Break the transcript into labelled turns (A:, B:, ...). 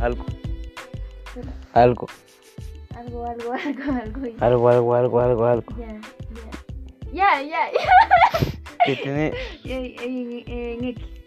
A: Algo. Algo.
B: Algo, algo, algo, algo. y-
A: Algo, algo, algo, algo, algo.
B: Ya, ya. Ya, ya, ya.
A: Que tiene
B: En, en- en X.